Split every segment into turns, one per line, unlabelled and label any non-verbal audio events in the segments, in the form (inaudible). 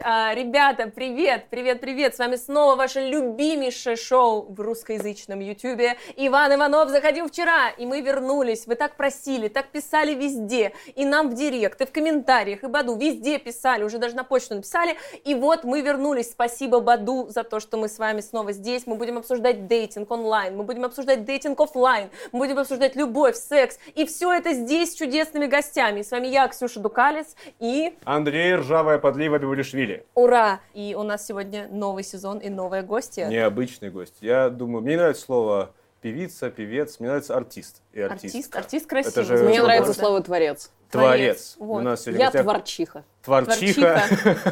А, ребята, привет, привет, привет. С вами снова ваше любимейшее шоу в русскоязычном ютюбе. Иван Иванов заходил вчера, и мы вернулись. Вы так просили, так писали везде. И нам в директ, и в комментариях, и Баду. Везде писали, уже даже на почту написали. И вот мы вернулись. Спасибо Баду за то, что мы с вами снова здесь. Мы будем обсуждать дейтинг онлайн, мы будем обсуждать дейтинг офлайн, мы будем обсуждать любовь, секс. И все это здесь с чудесными гостями. И с вами я, Ксюша Дукалец, и
Андрей, ржавая подлива Бибулишвили.
ура! И у нас сегодня новый сезон и новые гости.
Необычный гость. Я думаю, мне не нравится слово певица, певец, мне нравится артист и артист.
Артист, артист красивый.
Это же
звучит,
Мне
Мне нравится
да.
слово творец.
творец.
Творец.
Вот.
У нас Э, сегодня
Я
в гостях
творчиха.
творчиха.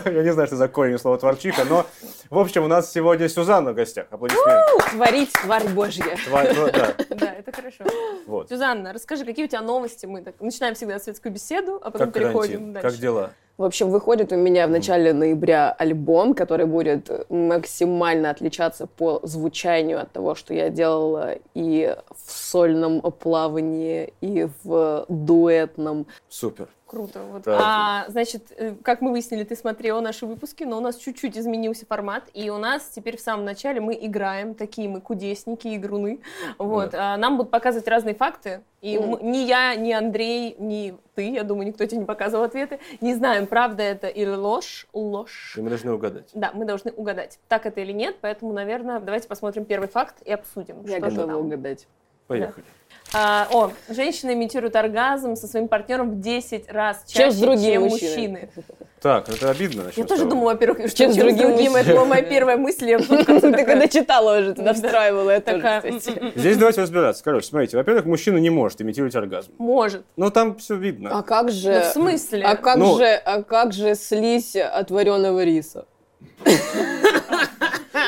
(laughs) Я не знаю, что за корень у слова творчиха, но в общем у нас сегодня Сюзанна в гостях. Аплодисменты.
Творить тварь Божья.
Тва- ну, да,
Да, это хорошо.
Вот.
Сюзанна, расскажи, какие у тебя новости? Мы так начинаем всегда светскую беседу, а потом
Как
переходим
карантин?
дальше.
Как дела?
В общем, выходит у меня в начале ноября альбом, который будет максимально отличаться по звучанию от того, что я делала и в сольном плавании, и в дуэтном.
Супер.
Круто. вот.
Да.
А, значит, э, как мы выяснили, ты смотрела наши выпуски, но у нас чуть-чуть изменился формат, и у нас теперь в самом начале мы играем, такие мы кудесники, игруны. Вот. А, нам будут показывать разные факты, и
Мгм.
мы- ни я, ни Андрей, ни ты, я думаю, никто тебе не показывал ответы, не знаем, правда это или ложь, ложь.
И мы должны угадать.
Да, мы должны угадать, так это или нет, поэтому, наверное, давайте посмотрим первый факт и обсудим,
Я
что же
готова
там. (laughs)
угадать.
Поехали.
А, о, женщины имитируют оргазм со своим партнером в 10 раз
Чем
чаще,
с другим
чем
мужчиной.
мужчины.
Так, это обидно. начнем
Я
с
тоже
того.
думала, во-первых, что чем
Чем с
с
другим
другим, это была моя
мужчиной.
первая мысль. Я потом в конце
Ты
такая-
когда читала уже, туда встраивала это
такая,
тоже, кстати.
«М-м-м».
Здесь давайте разбираться. Короче, смотрите, во-первых, мужчина не может имитировать оргазм.
(laughs) Может.
Но там все видно.
А как
Ну, в
же...
смысле?
А как,
Ну.
же, а как же слизь от вареного риса?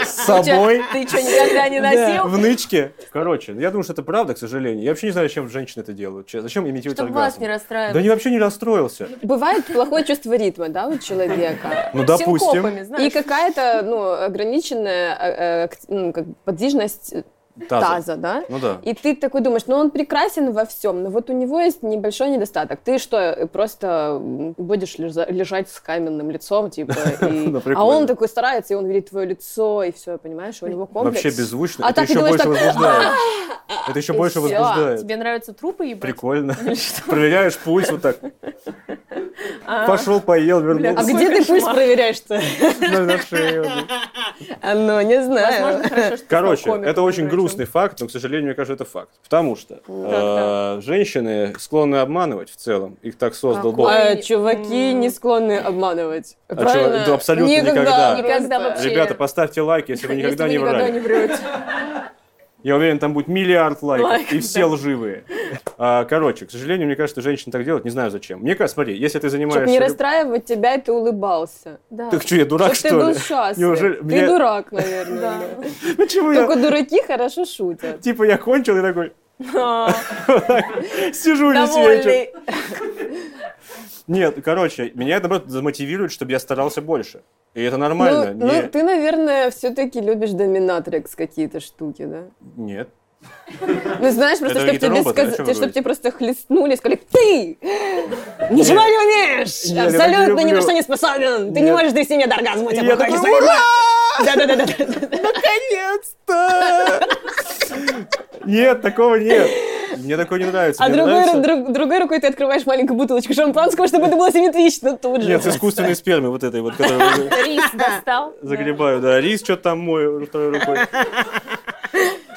С
Ты чё,
собой
Ты что, никогда не носил?
в нычке. Короче, ну, я думаю, что это правда, к сожалению. Я вообще не знаю, зачем женщины это делают. Че- Зачем имитировать
Чтобы вас
оргазм?
не Ну,
да
расстраивать.
не вообще не расстроился.
Бывает плохое чувство ритма, да, у человека?
Ну,
С
допустим.
синкопами, знаешь.
И какая-то ну, ограниченная э, э, акт- ну, как бы подвижность таза.
Таза.
да?
Ну да.
И ты такой думаешь, ну он прекрасен во всем, но вот у него есть небольшой недостаток. Ты что, просто м, будешь лежа- лежать с каменным лицом,
(laughs)
типа, и-
Ну, прикольно.
а он такой старается, и он видит твое лицо, и все, понимаешь, у него комплекс.
Вообще беззвучно.
А
это
так и
еще
думаешь
больше возбуждает. Это еще
И
больше
всё.
возбуждает.
Тебе Ну нравятся трупы ебать?
Прикольно. Проверяешь пульс вот так.
А,
Пошел, поел,
Бля,
А
вернулся
где ты пульс
кошмар.
(laughs)
проверяешь-то?
на на шею. да.
А, Ну, не знаю.
Возможно, хорошо, что ты
Короче,
стал комиком,
это очень
дурачок.
грустный факт, но, к сожалению, мне кажется, это факт. Потому что э, женщины склонны обманывать в целом. Их так создал
Какой
Бог.
А
Ой,
чуваки
м.
не склонны обманывать.
А чё,
Правильно?
да, абсолютно никогда.
Никогда
просто.
вообще.
Ребята, поставьте лайк, если вы
Если
никогда
вы
не врали.
не врете.
Я уверен, там будет миллиард лайков,
Лайков,
и все
да.
лживые. А, короче, к сожалению, мне кажется, женщины так делают, не знаю зачем. Мне кажется, смотри, если ты
Чтобы
занимаешься...
не
люб-
расстраивать тебя, и ты улыбался.
Да.
Так что, я дурак,
Чтобы ты
что
был
ли?
счастлив.
Неужели
Ты
мне-
дурак,
(laughs)
Да.
наверное. да.
Почему я...
Только дураки хорошо шутят.
Типа я кончил и такой,
А,
сижу весь
Довольный.
вечер. Нет, короче, меня это наоборот замотивирует, чтобы я старался больше. И это нормально.
ну,
не-
ну, ты, наверное, все-таки любишь доминатрикс какие-то штуки, да?
Нет.
Ну, знаешь, просто,
Это
чтобы тебе,
гиперроботы, о чем вы
чтобы
говорите?
тебе просто хлестнули и сказали, ты ничего не умеешь,
Нет, я так не
абсолютно ни
люблю.
на что не способен, ты не
Нет.
можешь довести меня а до оргазма, у тебя
И я
плохое
такой,
чувство юмора». Да-да-да-да. А,
Наконец-то! Нет, такого нет. Мне такое не нравится.
А
Мне
другой,
нравится-
друг- другой рукой ты открываешь маленькую бутылочку шампанского, чтобы это было симметрично тут же.
Нет, с искусственной спермы вот этой вот, которую
Рис
(laughs)
достал. да.
загребаю. Да, рис что-то там
(laughs)
мой второй рукой.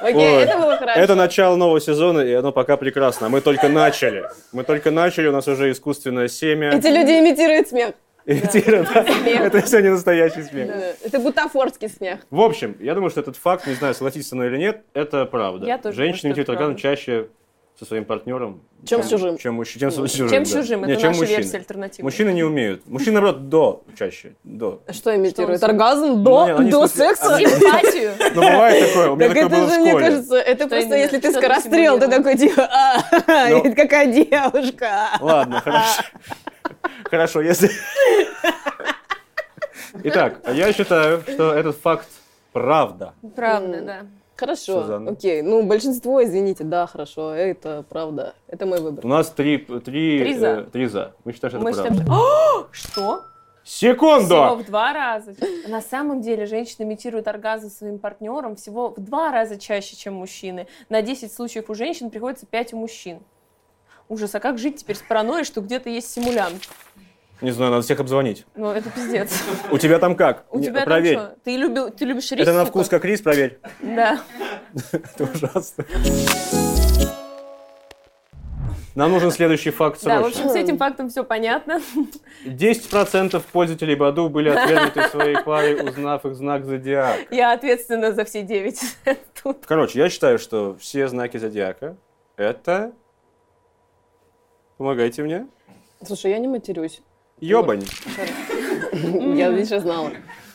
Окей,
Ой.
это было хорошо.
Это начало нового сезона, и оно пока прекрасно. Мы только начали. Мы только начали, у нас уже искусственное семя.
Эти люди имитируют смех.
Имитируют, да. Это все не настоящий смех.
Да. Это бутафорский смех.
В общем, я думаю, что этот факт, не знаю, согласитесь со мной или нет, это правда.
Я тоже думаю, что
Женщины
это
имитируют
правда.
оргазм чаще со своим партнером.
Чем с чужим.
Чем мужч- чем с чужим.
Чем
да.
чужим?
Не,
Это
чем
наша
мужчиной.
версия альтернативы.
Мужчины не умеют. Мужчины, наоборот, до чаще. До.
Что имитирует?
Что он-
Оргазм
не,
до,
ну, не
до
в смысле,
секса?
Симпатию.
(laughs) Ну, бывает такое. У меня
Так
такое
это
было в
же, мне
школе.
кажется, это просто
именно?
если ты
Что ты
скорострел, ты
симулировал?
такой типа, а,
Ну.
(laughs) это какая девушка.
Ладно, хорошо. Хорошо, если... Итак, я считаю, что этот факт правда.
Правда, да.
Хорошо,
Сюзанна.
окей. Ну, большинство, извините, да, хорошо, это правда. Это мой выбор.
У нас три... Три,
Три за.
э, три за. Мы считаем, что это
Мы
правда.
считаем, (gasps) что... О, Что? Всего
Секунду!
в два раза. На самом деле женщины имитируют оргазм своим партнером всего в два раза чаще, чем мужчины. На 10 случаев у женщин приходится 5 у мужчин. Ужас, а как жить теперь с паранойей, что где-то есть симулянт?
Не знаю, надо всех обзвонить.
Ну, это
(laughs)
пиздец.
У тебя там как?
У
Не,
тебя там
Проверь.
что? Ты, любил, ты любишь рис?
Это на
сука?
вкус как рис, проверь. (laughs)
Да.
Это ужасно. Нам нужен следующий факт
Да, в
срочно.
общем, с этим фактом все понятно.
10% пользователей Баду были отвергнуты своей парой, узнав их знак зодиака.
Я ответственна за все девять тут.
Короче, я считаю, что все знаки зодиака — это... Помогайте мне.
Слушай, я не матерюсь. (laughs)
Ёбань.
Я лично знала.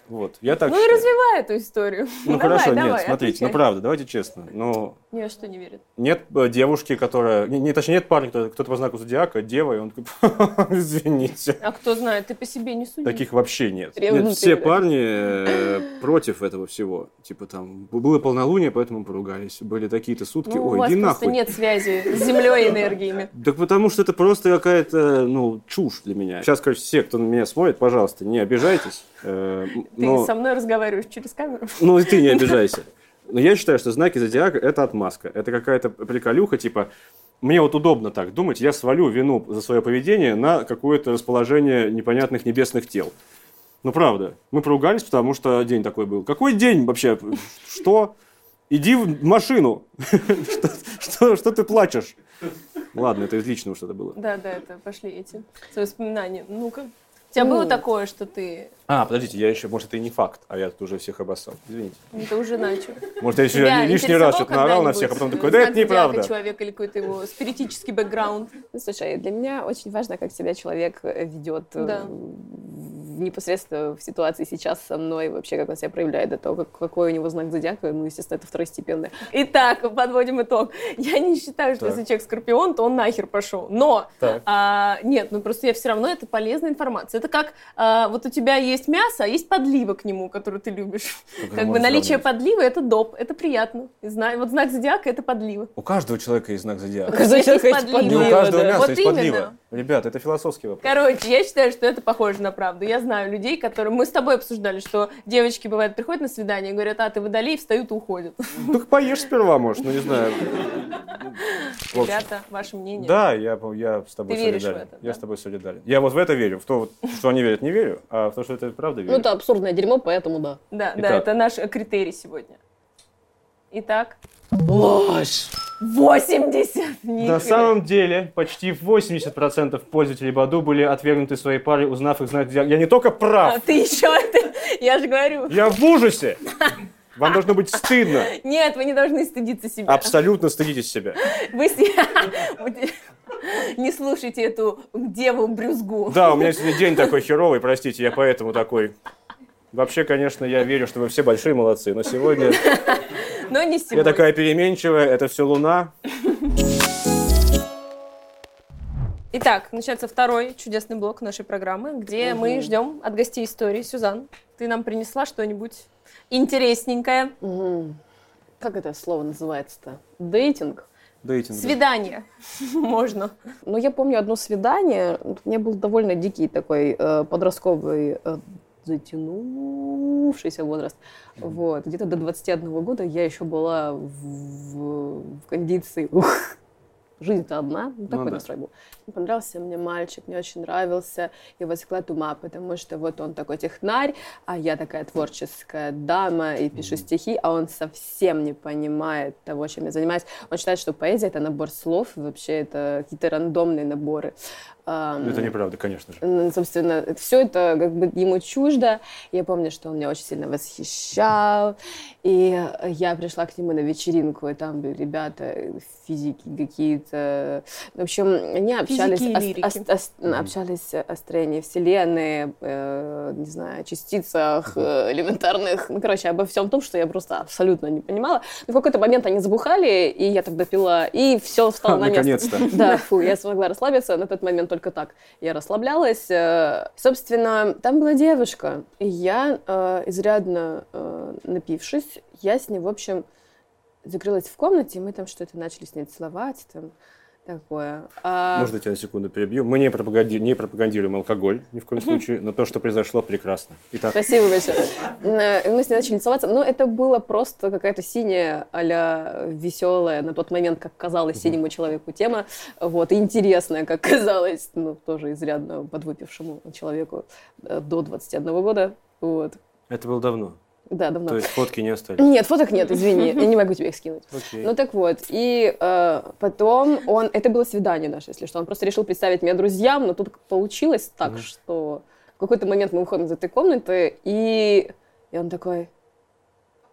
Вот, я так
Ну и
считаю.
развивай эту историю.
Ну
Давай,
хорошо,
давай,
нет, смотрите,
отвечай.
ну правда, давайте честно. Ну,
Ни во что не верит.
нет э, девушки, которая... Не, не, точнее, нет парня, кто- кто-то по знаку зодиака, дева, и он такой, (laughs) извините.
А кто знает, ты по себе не суди.
Таких вообще нет.
Ревнуют
Нет, все
люди.
парни э, против этого всего. Типа там, б- было полнолуние, поэтому поругались. Были такие-то сутки,
Ну, у
ой,
вас
иди
просто
нахуй.
нет связи с землей и энергиями.
Так потому что это просто какая-то, ну, чушь для меня. Сейчас, короче, все, кто на меня смотрит, пожалуйста, не обижайтесь. Э, м,
Ты
но-
со мной разговариваешь через камеру.
Ну и ты не обижайся. Но я считаю, что знаки зодиака – это отмазка. Это какая-то приколюха, типа, мне вот удобно так думать, я свалю вину за свое поведение на какое-то расположение непонятных небесных тел. Ну, правда. Мы поругались, потому что день такой был. Какой день вообще? Что? Иди в машину. (laughs) Что- Что что ты плачешь? Ладно, это из личного что-то было.
(laughs) Да, да, это пошли эти свои воспоминания. Ну-ка. У тебя
Ну.
было такое, что ты...
А, подождите, я еще, может, это и не факт, а я тут уже всех обоссал. Извините.
ну, Ты уже начал.
Может, я еще
Тебя
лишний
интересовал
раз что-то наорал на
когда-нибудь
всех,
(laughs)
а потом такой, да
знак
это неправда.
зодиака человека или какой-то его спиритический бэкграунд.
Ну, слушай, для меня очень важно, как себя человек э, ведет э,
Да.
в- непосредственно в ситуации сейчас со мной, вообще, как он себя проявляет, до того, как, какой у него знак зодиака, ну, естественно, это второстепенно.
Итак, подводим итог. Я не считаю, что
Так.
если человек скорпион, то он нахер пошел. Но
Так.
а, нет, ну просто я все равно это полезная информация. Это как а, вот у тебя есть мясо, а есть подлива к нему, которую ты любишь.
это
Как бы
можно
наличие
сравнивать?
подливы это доп, это приятно. И зна- вот знак зодиака это подлива.
У каждого человека есть знак зодиака.
каждого человека есть
Не у
Подлива,
каждого
да.
мяса
Вот
есть
именно.
подлива. Ребят, это философский вопрос.
Короче, я считаю, что это похоже на правду. Я знаю людей, которые... Мы с тобой обсуждали, что девочки, бывает, приходят на свидание, говорят, а, ты водолей, встают и уходят.
Только поешь сперва, может, ну не знаю. В общем.
Ребята, ваше мнение?
Да, я, по- я с тобой
Ты веришь
солидарен.
в это,
я
да?
с тобой солидарен. Я вот в это верю. В то, вот, что они верят, не верю, а в то, что это правда верю.
Ну, это абсурдное дерьмо, поэтому да.
Да,
Итак.
да, это наш э, критерий сегодня. Итак,
Ложь!
80!
На самом деле, почти 80% пользователей Баду были отвергнуты своей парой, узнав их знак зодиака. Я не только
А
прав,
ты еще... Я же говорю.
я в ужасе. Вам должно быть стыдно.
Нет, вы не должны стыдиться себя.
Абсолютно стыдитесь себя.
Вы с- (laughs) Не слушайте эту деву брюзгу.
Да, у меня сегодня день такой херовый, простите, я поэтому такой. Вообще, конечно, я верю, что вы все большие молодцы, но сегодня
Но не
я
сегодня.
такая переменчивая, это все луна.
Итак, начинается второй чудесный блок нашей программы, где мы ждем от гостей истории. Сюзан, ты нам принесла что-нибудь интересненькое.
Как это слово называется-то? Дейтинг?
Дейтинг.
Свидание. (laughs) Можно.
Но я помню одно свидание. У меня был довольно дикий такой э, подростковый э, затянувшийся возраст. Вот. Где-то до 21 года я еще была в, в- в кондиции (laughs) «Ух, жизнь-то одна. Ну, такой
да.
настрой был. Ну, Понравился мне мальчик, мне очень нравился. И возникла тума, потому что вот он такой технарь, а я такая творческая дама и пишу стихи, а он совсем не понимает того, чем я занимаюсь. Он считает, что поэзия — это набор слов, и вообще это какие-то рандомные наборы. Ам,
Ну, Это неправда, конечно же.
ну, собственно, все это как бы ему чуждо. Я помню, что он меня очень сильно восхищал. И я пришла к нему на вечеринку, и там были ребята, физики какие-то. В общем, они общались,
Физики и
о,
лирики.
о- о- общались о строении Вселенной, э, не знаю, о частицах э, элементарных. Ну, короче, обо всем том, что я просто абсолютно не понимала. Но в какой-то момент они забухали, и я тогда пила, и все встало
(laughs) Ха,
на место.
наконец-то.
Да, фу, я смогла расслабиться. На тот момент только так я расслаблялась. Э, Собственно, там была девушка. И я, э, изрядно э, напившись, я с ней, в общем, закрылась в комнате, и мы там что-то начали с ней целовать. Там. такое. А,
Можно я тебя на секунду перебью? Мы не, пропаганди- не пропагандируем алкоголь ни в коем случае, но то, что произошло, прекрасно. Итак,
Спасибо большое. Э, Мы с ней начали целоваться, но это было просто какая-то синяя, а веселая на тот момент, как казалось синему человеку тема. Вот, и интересная, как казалось, ну, тоже изрядно подвыпившему человеку э, до 21 года. Вот.
это было давно.
Да, давно.
То есть фотки не остались.
Нет, фоток нет, извини, я не могу тебе их скинуть.
Окей.
Ну так вот, и э, потом он, это было свидание наше, если что, он просто решил представить меня друзьям, но тут получилось так,
Мгм.
что в какой-то момент мы уходим из этой комнаты, и, и он такой,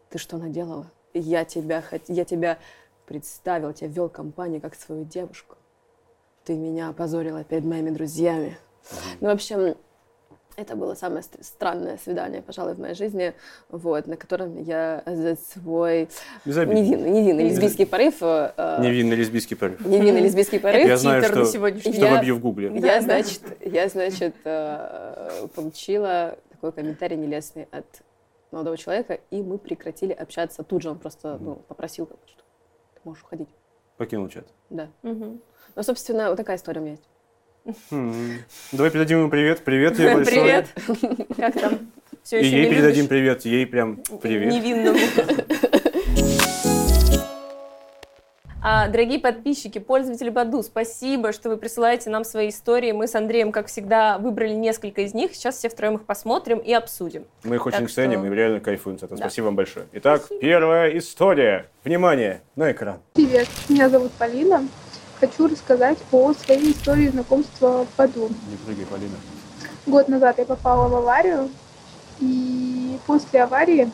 ты что наделала? Я тебя, хот- я тебя представил, тебя вел компанию как свою девушку. Ты меня опозорила перед моими друзьями. Ну, в общем, это было самое ст- странное свидание, пожалуй, в моей жизни, вот, на котором я за свой
Без обид.
Невинный, невинный
Невинный.
лесбийский порыв. э, э,
Невинный лесбийский порыв.
Невинный лесбийский порыв.
Я знаю,
Титр на
что,
сегодняшний
что
день.
вобью в гугле.
Я, значит, я, значит, э, получила такой комментарий нелестный от молодого человека, и мы прекратили общаться. Тут же он просто ну, попросил, как бы, что ты можешь уходить.
Покинул чат.
Да.
Мгм.
Ну, собственно, вот такая история у меня есть.
Хм. Давай передадим ему привет. Привет
(laughs)
ей большой.
Привет. Как там? Все
И
еще
ей
не
передадим
любишь?
привет. Ей прям привет.
Невинному. А, дорогие подписчики, пользователи Баду, спасибо, что вы присылаете нам свои истории. Мы с Андреем, как всегда, выбрали несколько из них. Сейчас все втроем их посмотрим и обсудим.
Мы их очень
Так что-
ценим и реально кайфуем с этого.
Да.
Спасибо вам большое. Итак, первая история. Внимание, на экран.
Привет, меня зовут Полина. Хочу рассказать о своей истории знакомства в Баду.
Не прыгай, Полина.
Год назад я попала в аварию, и после аварии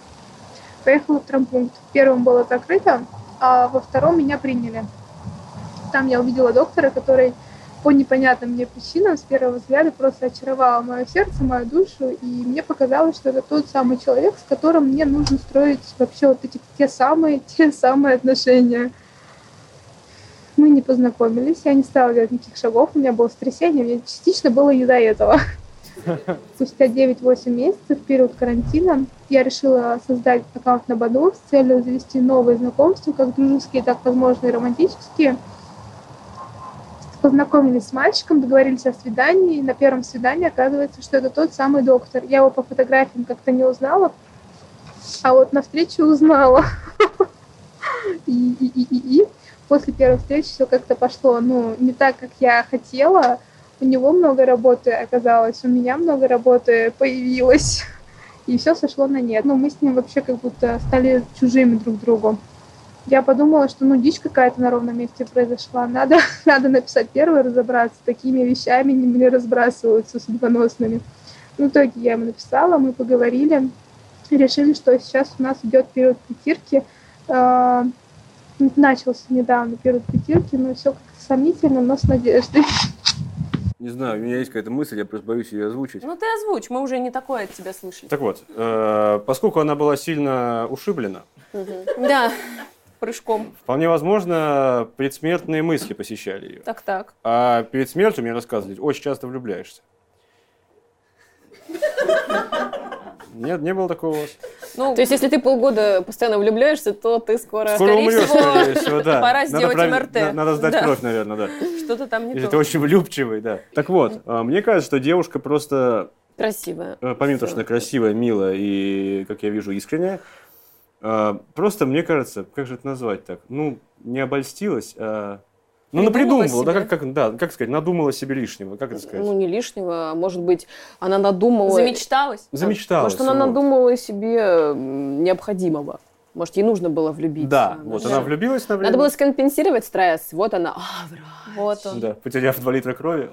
поехала в травмпункт. В первом было закрыто, а во втором меня приняли. Там я увидела доктора, который по непонятным мне причинам с первого взгляда просто очаровал мое сердце, мою душу, и мне показалось, что это тот самый человек, с которым мне нужно строить вообще вот эти те самые, (laughs) те самые отношения. Мы не познакомились, я не стала делать никаких шагов, у меня было стрясение, мне частично было и до этого спустя 9-8 месяцев, в период карантина, я решила создать аккаунт на Баду с целью завести новые знакомства, как дружеские, так, возможно, и романтические. Познакомились с мальчиком, договорились о свидании. И на первом свидании оказывается, что это тот самый доктор. Я его по фотографиям как-то не узнала, а вот на встрече узнала. И, и, и, и, и. после первой встречи все как-то пошло, ну, не так, как я хотела у него много работы оказалось, у меня много работы появилось, и все сошло на нет. Ну, мы с ним вообще как будто стали чужими друг другу. Я подумала, что ну дичь какая-то на ровном месте произошла. Надо, (laughs) надо написать первое, разобраться. Такими вещами не, не разбрасываются судьбоносными. В итоге я ему написала, мы поговорили, решили, что сейчас у нас идет период притирки. Э, Начался недавно период притирки, но все как-то сомнительно, но с надеждой.
Не знаю, у меня есть какая-то мысль, я просто боюсь ее озвучить.
Ну ты озвучь, мы уже не такое от тебя слышали.
Так вот, э, поскольку она была сильно ушиблена,
Да, прыжком.
вполне возможно, предсмертные мысли посещали ее.
Так-так.
А перед смертью мне рассказывали, очень часто влюбляешься. Нет, не было такого у вас.
Ну,
То есть, если ты полгода постоянно влюбляешься, то ты скоро...
Скоро
скорее
умрешь,
всего,
скорее всего,
(laughs)
да.
пора сделать
прови-
МРТ.
на- Надо сдать
Да.
кровь, наверное, да.
что-то там не
Если
то.
ты очень влюбчивый, да. Так вот, а, мне кажется, что девушка просто,
Красивая.
э, помимо того, что она красивая, милая и, как я вижу, искренняя, а, просто, мне кажется, как же это назвать так? Ну, не обольстилась, а... Ну,
Придумала
напридумывала, да,
себе.
как, как, да, как сказать, надумала себе лишнего, как это сказать?
Ну, не лишнего, а может быть, она надумала...
Замечталась?
Замечтала.
Может, она надумала себе э, необходимого. Может, ей нужно было влюбиться.
Да, вот
да.
она влюбилась на время.
Надо было скомпенсировать стресс. Вот она, а, врач.
Вот он. (laughs)
Да, потеряв 2 литра крови.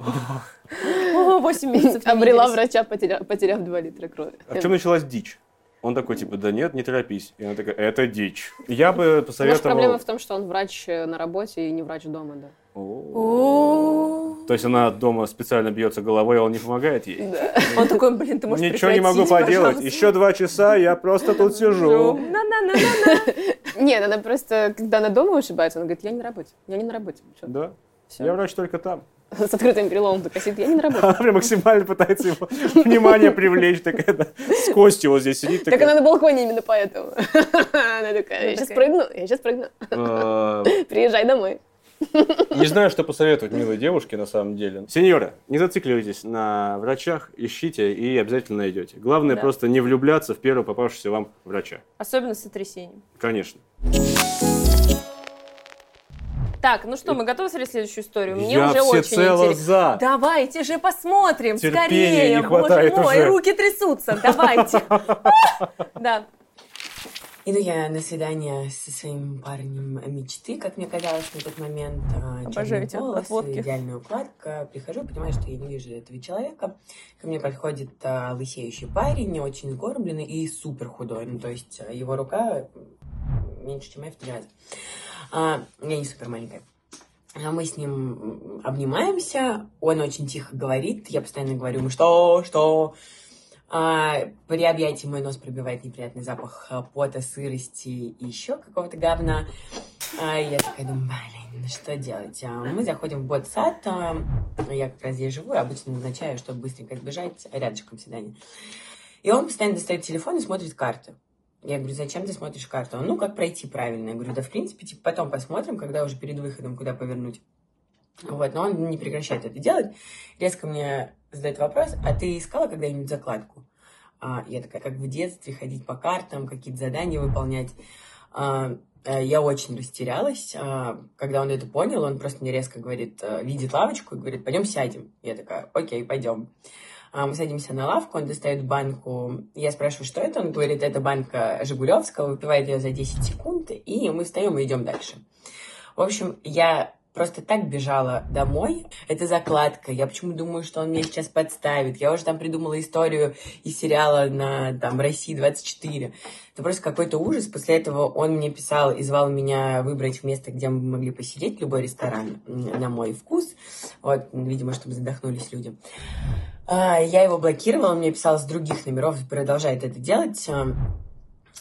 О, 8 месяцев не
(laughs) Обрела
виделись.
врача, потеря- потеряв 2 литра крови.
А в чем началась дичь? Он такой, типа, да нет, не торопись. И она такая, это дичь. Я бы
Может,
посоветовал...
проблема в том, что он врач э, на работе и не врач дома, да.
О.
То есть она дома специально бьется головой, а он не помогает ей?
Он такой, блин, ты можешь
Ничего не могу
прекратить,
поделать.
пожалуйста».
Еще два часа, я просто тут сижу.
На-на-на-на.
Нет, она просто, когда она дома ошибается, она говорит, я не на работе, я не на работе. Всё.
Да.
Всё.
Я врач только там. (laughs)
С открытым переломом докосит, я не на работе.
Она прям максимально пытается его (laughs) внимание привлечь. Такая, да, с костью вот здесь сидит.
Так
такая.
она на балконе именно поэтому. (laughs) Она такая, я сейчас
такая.
прыгну, я сейчас прыгну.
Э,
Приезжай домой.
Не знаю, что посоветовать милой девушке на самом деле. Сеньора, не зацикливайтесь на врачах, ищите и обязательно найдете. Главное
Да.
просто не влюбляться в первого попавшегося вам врача.
Особенно с сотрясением.
Конечно.
Так, ну что, мы готовы смотреть следующую историю? Мне
Я
уже очень
всецело
интересно.
за.
Давайте же посмотрим,
Терпения
скорее,
не хватает
боже мой,
уже.
руки трясутся, давайте. (laughs) Да,
Иду я на свидание со своим парнем мечты, как мне казалось на тот момент. а,
Обожаю
черные
эти
волосы,
отводки.
Идеальная укладка. Прихожу, понимаю, что я не вижу этого человека. Ко мне подходит а, лысеющий парень, не очень сгорбленный и супер худой. Ну, то есть а, его рука меньше, чем я в три раза. А, я не супер маленькая. А мы с ним м, обнимаемся, он очень тихо говорит, я постоянно говорю ему «что?», «что?». А, при объятии мой нос пробивает неприятный запах а, пота, сырости и еще какого-то говна. А, и я такая думаю, блин, ну что делать? А, мы заходим в бот-сад, а, я как раз здесь живу, и обычно назначаю, чтобы быстренько сбежать, рядышком свидание. И он постоянно достает телефон и смотрит карту. Я говорю, зачем ты смотришь карту? Он, ну, как пройти правильно? Я говорю, да, в принципе, типа, потом посмотрим, когда уже перед выходом, куда повернуть. Вот, но он не прекращает это делать. Резко мне задает вопрос, а ты искала когда-нибудь закладку? А, я такая, как в детстве, ходить по картам, какие-то задания выполнять. А, э, я очень растерялась. А, когда он это понял, он просто мне резко говорит, э, видит лавочку и говорит, пойдем сядем. Я такая, окей, пойдем. А, Мы садимся на лавку, он достает банку. Я спрашиваю, что это? Он говорит, это банка Жигулевского, выпивает ее за 10 секунд, и мы встаем и идем дальше. В общем, я просто так бежала домой. Это закладка. Я почему думаю, что он меня сейчас подставит. Я уже там придумала историю из сериала на там, России 24. Это просто какой-то ужас. После этого он мне писал и звал меня выбрать место, где мы могли посидеть, любой ресторан м, на мой вкус. Вот, видимо, чтобы задохнулись люди. А, Я его блокировала, он мне писал с других номеров и продолжает это делать. А,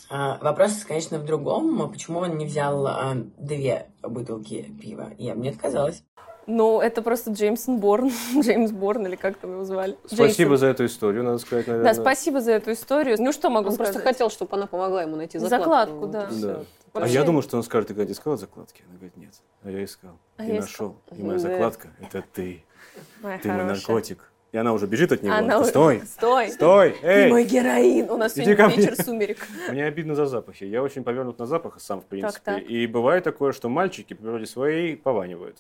а, Вопрос, конечно, в другом. А Почему он не взял а, две бутылки пива? Я бы не отказалась.
ну это просто Джеймсон Борн, (laughs) Джеймс Борн или как там его звали.
Спасибо
Джейсон.
за эту историю, надо сказать, наверное.
Да, спасибо за эту историю. Ну что могу
Он просто
сказать?
хотел, чтобы она помогла ему найти закладку.
Закладку,
Вот
да.
и всё.
Да. А
Вообще-
я думал, что он скажет, ты говорит, искала закладки? Она говорит, нет. А я искал.
А
и
я
нашел. И моя
Да.
закладка – это ты.
Моя
Ты мой
хорошая.
наркотик. И она уже бежит от него.
Она уже-
Стой!
А, ну, Стой!
Стой!
Ты мой
Эй!
героин! У нас
Иди
сегодня
ко мне.
вечер сумерек.
Мне обидно за запахи. Я очень повернут на запах сам, в принципе.
Так, так.
И бывает такое, что мальчики по природе своей пованивают.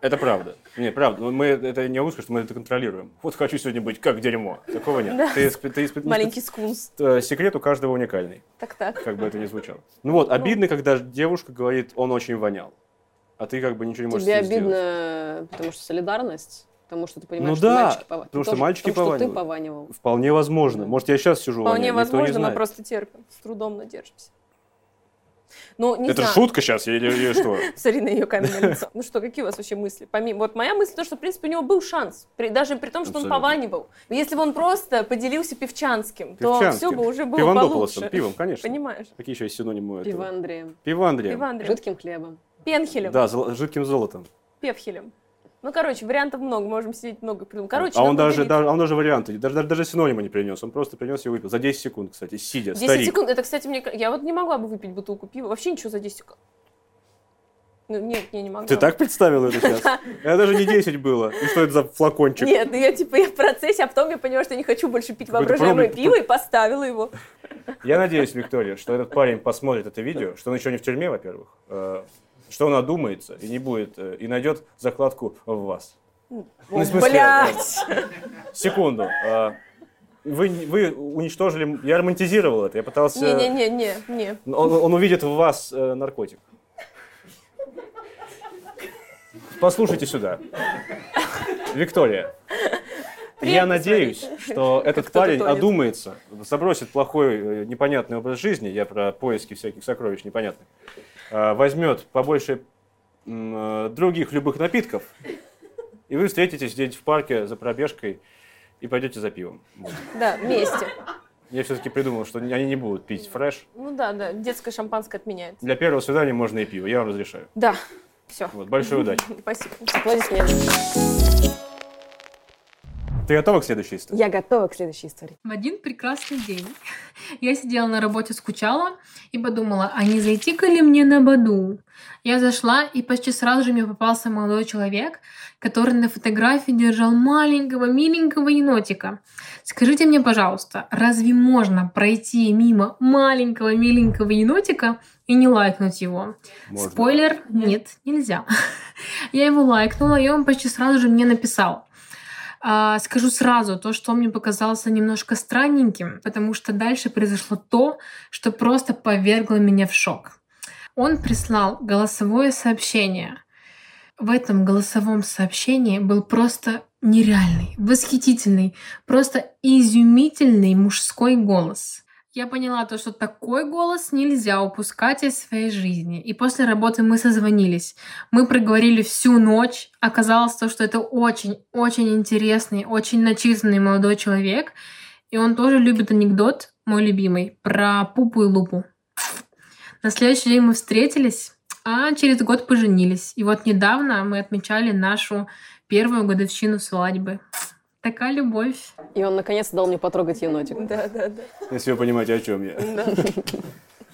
Это правда. Нет, правда. Ну, Мы, это не узко, что мы это контролируем. Вот хочу сегодня быть как дерьмо. Такого нет.
Да.
Ты исп- ты исп- не
Маленький скунс.
спец- э, Секрет у каждого уникальный.
Так-так.
как бы это ни звучало. Ну вот, обидно, когда девушка говорит, он очень вонял, а ты как бы ничего не можешь
Тебе
с этим сделать.
обидно, потому что солидарность, потому что ты понимаешь,
Ну
что
да,
мальчики пова-
потому
ты
что
тоже-
мальчики
потому что ты
пованивают.
пованивал.
Вполне возможно. Может, я сейчас сижу
Вполне
воняю, никто не
возможно, мы
знает.
просто терпим. С трудом надержимся. Ну, не
Это
знаю.
шутка сейчас или, или что?
Смотри на ее каменное лицо. Ну что, какие у вас вообще мысли? Помимо, вот моя мысль, то, что, в принципе, у него был шанс. При- даже при том, что
Абсолютно.
он пованивал. Но Если бы он просто поделился певчанским, (laughs) то
Певчанским.
все бы уже было
Пивандополосом,
получше.
пивом, конечно.
Понимаешь?
Какие еще есть синонимы у этого?
Пива Андреем,
Пивандрием.
Пивандрием,
жидким хлебом.
пенхелем,
Да, золо- жидким золотом.
певхелем. Ну, короче, вариантов много, можем сидеть много придумать. Короче, ну,
а он
надо
даже,
делиться.
даже- а он даже варианты, даже, даже, даже синонимы не принес. Он просто принес и выпил. За 10 секунд, кстати, сидя,
10
старик.
секунд. Это, кстати, мне... ка- Я вот не могла бы выпить бутылку пива. Вообще ничего за 10 секунд. Ну, нет, я не могла.
Ты так представил это сейчас? Это даже не 10 было. И что это за флакончик?
Нет, ну я типа я в процессе, а потом я поняла, что я не хочу больше пить
Какой-то
воображаемое
пробный-
пиво и поставила его.
Я надеюсь, Виктория, что этот парень посмотрит это видео, что он еще не в тюрьме, во-первых, э, что он одумается и не будет, э, и найдет закладку в вас. Ну, в смысле,
Блять!
э, секунду. э, Вы, не- вы уничтожили, м- я романтизировал это, я пытался...
Не-не-не, не.
Он, он увидит в вас э, наркотик. Послушайте сюда. Виктория, я
Приятно
надеюсь, что этот
кто-то
парень
тонет.
одумается, забросит плохой, э, непонятный образ жизни, я про поиски всяких сокровищ непонятных, э, возьмет побольше м, э, других любых напитков, и вы встретитесь где-нибудь в парке за пробежкой и пойдете за пивом. Вот.
Да, вместе.
Я все-таки придумал, что они не будут пить фреш.
Ну да, да, детское шампанское отменяется.
Для первого свидания можно и пиво, я вам разрешаю.
Да, все.
Вот, большой удачи.
Спасибо.
Аплодисменты.
Ты готова к следующей истории?
Я готова к следующей истории.
В один прекрасный день (laughs) я сидела на работе, скучала и подумала, а не зайти-ка ли мне на Баду? Я зашла, и почти сразу же мне попался молодой человек, который на фотографии держал маленького, миленького енотика. Скажите мне, пожалуйста, разве можно пройти мимо маленького, миленького енотика и не лайкнуть его?
Можно.
Спойлер, нет, нельзя. (laughs) Я его лайкнула, и он почти сразу же мне написал. А, Скажу сразу, то, что он мне показался немножко странненьким, потому что дальше произошло то, что просто повергло меня в шок. Он прислал голосовое сообщение. В этом голосовом сообщении был просто нереальный, восхитительный, просто изумительный мужской голос. Я поняла то, что такой голос нельзя упускать из своей жизни. И после работы мы созвонились. Мы проговорили всю ночь. Оказалось то, что это очень-очень интересный, очень начитанный молодой человек. И он тоже любит анекдот, мой любимый, про пупу и лупу. На следующий день мы встретились, а через год поженились. И вот недавно мы отмечали нашу первую годовщину свадьбы. Такая любовь.
И он наконец дал мне потрогать енотик.
Да, да, да.
Если вы понимаете, о чем я.
Ну.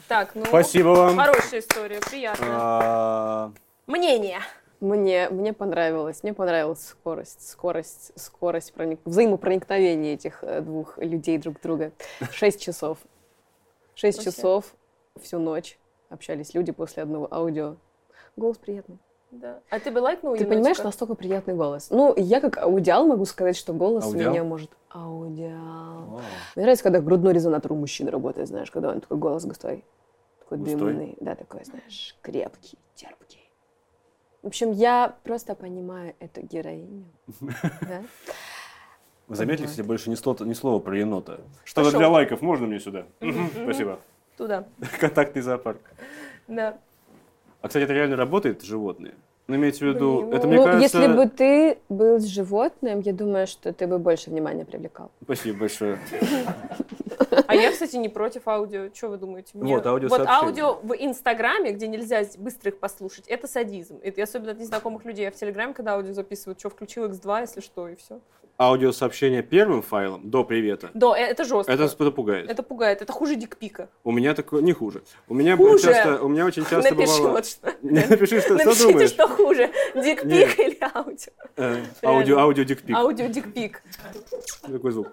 Так, ну,
Спасибо вам.
хорошая история, приятно.
А,
Мнение.
Мне, мне понравилось, мне понравилась скорость, скорость, скорость проник... взаимопроникновения этих э, двух людей друг
(laughs)
друга. Шесть часов. Шесть
Вообще.
часов всю ночь общались люди после одного аудио. Голос приятный.
Да. А ты бы лайкнул
Ты понимаешь, настолько приятный голос. Ну, я как аудиал могу сказать, что голос
Аудиал?
меня может... Аудиал.
вау.
Мне нравится, когда грудной резонатор у мужчин работает, знаешь, когда он такой голос густой. Такой
Густой?
длинный. Да, такой, знаешь, крепкий, терпкий. В общем, я просто понимаю эту
(laughs)
героиню. Да?
Вы заметили, кстати, больше ни, сло- ни слова про енота. Что-то
Пошел.
для лайков можно мне сюда? Мгм, Спасибо. (laughs)
Туда.
Контактный зоопарк.
Да.
А, кстати, это реально работает, животные? Ну, имеется в виду,
Блин,
это,
ну,
мне
Ну,
кажется...
если бы ты был животным, я думаю, что ты бы больше внимания привлекал.
Спасибо большое.
А я, кстати, не против аудио. Что вы думаете?
Вот,
Вот
аудиосообщение.
аудио в Инстаграме, где нельзя с- быстро их послушать, это садизм. Это особенно от незнакомых людей. А в Телеграме, когда аудио записывают, что, включил X2, если что, и все.
Аудиосообщение первым файлом до привета.
Да, э, это жестко.
Это сп- пугает.
Это пугает. Это хуже дикпика.
У меня такое не хуже. У меня
Хуже!
было часто, у меня очень часто
Напиши
бывало.
вот
(laughs)
что.
Напиши, что, что
Напишите,
думаешь.
что хуже. Дикпик или аудио?
Э, Аудио, аудио дикпик.
Аудио дикпик.
Такой звук.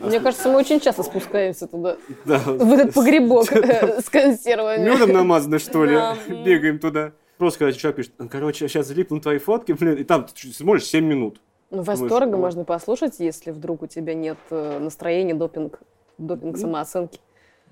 А
Мне кажется, мы очень часто спускаемся туда,
Да.
в этот
(laughs)
погребок э, с консервами.
Медом намазано, что ли? (laughs)
Да, м.
Бегаем туда. Просто когда человек пишет, «Ну, короче, сейчас залипну на твои фотки, блин, и там ты сможешь 7 минут.
Ну,
Думаешь,
восторга
вот.
можно послушать, если вдруг у тебя нет э, настроения, допинг, допинг самооценки.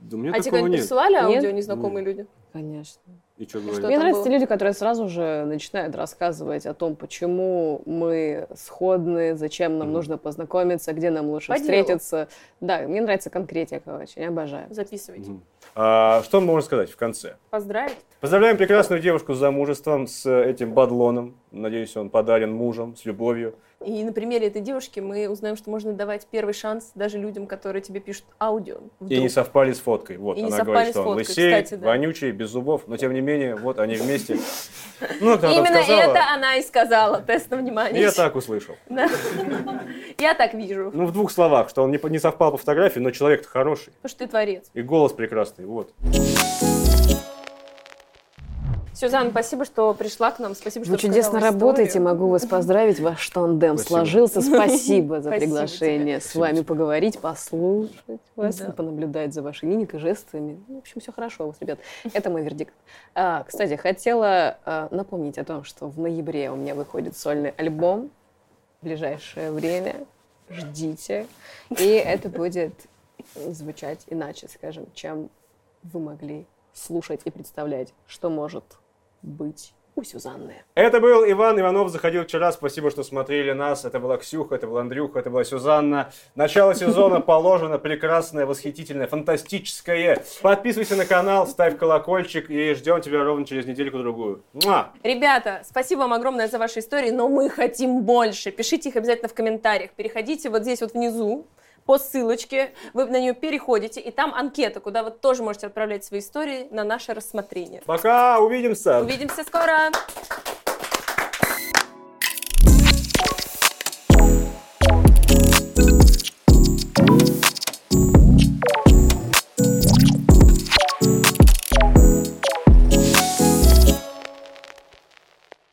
Да у меня
А тебе
такого
когда-нибудь
нет.
присылали аудио
Нет.
незнакомые люди?
Конечно.
И
Что
что говорить?
Мне
там
нравятся
было?
те люди, которые сразу же начинают рассказывать о том, почему мы сходны, зачем нам
Мгм.
нужно познакомиться, где нам лучше
По делу.
встретиться. Да, мне нравится конкретика очень, я обожаю.
Записывайте.
Мгм. А, Что мы можем сказать в конце?
Поздравить.
Поздравляем прекрасную девушку с замужеством, с э, этим бадлоном. Надеюсь, он подарен мужем, с любовью.
И на примере этой девушки мы узнаем, что можно давать первый шанс даже людям, которые тебе пишут аудио.
И не
Вдруг.
совпали с фоткой. Вот,
И не
она
совпали
говорит,
с
что он
фоткой,
лысеет,
кстати, да.
вонючий, без зубов, но тем не менее, вот они
(laughs)
вместе. Ну, она
Именно
так сказала,
это она и сказала. Тест на
и
внимание.
я так услышал.
Да. Я так вижу.
Ну, в двух словах, что он не, по- не совпал по фотографии, но человек-то хороший.
Потому что ты творец.
И голос прекрасный, вот.
Сюзанна, спасибо, что пришла к нам. Спасибо, что
Вы чудесно
рассказала
работаете,
историю.
могу вас поздравить, ваш тандем
Спасибо.
сложился. Спасибо за
Спасибо
приглашение, с
Спасибо
вами
тебе.
поговорить, послушать вас,
Да.
понаблюдать за вашей мимикой, жестами. Ну, В общем, все хорошо у вас, ребят. Это мой вердикт. А, кстати, хотела а, напомнить о том, что в ноябре у меня выходит сольный альбом в ближайшее время. Ждите. И это будет звучать иначе, скажем, чем вы могли слушать и представлять, что может быть у Сюзанны.
Это был Иван Иванов, заходил вчера. Спасибо, что смотрели нас. Это была Ксюха, это был Андрюха, это была Сюзанна. Начало сезона положено. Прекрасное, восхитительное, фантастическое. Подписывайся на канал, ставь колокольчик и ждем тебя ровно через недельку-другую. Муа!
Ребята, спасибо вам огромное за ваши истории, но мы хотим больше. Пишите их обязательно в комментариях. Переходите вот здесь вот внизу по ссылочке, вы на нее переходите, и там анкета, куда вы тоже можете отправлять свои истории на наше рассмотрение.
Пока, увидимся!
Увидимся скоро!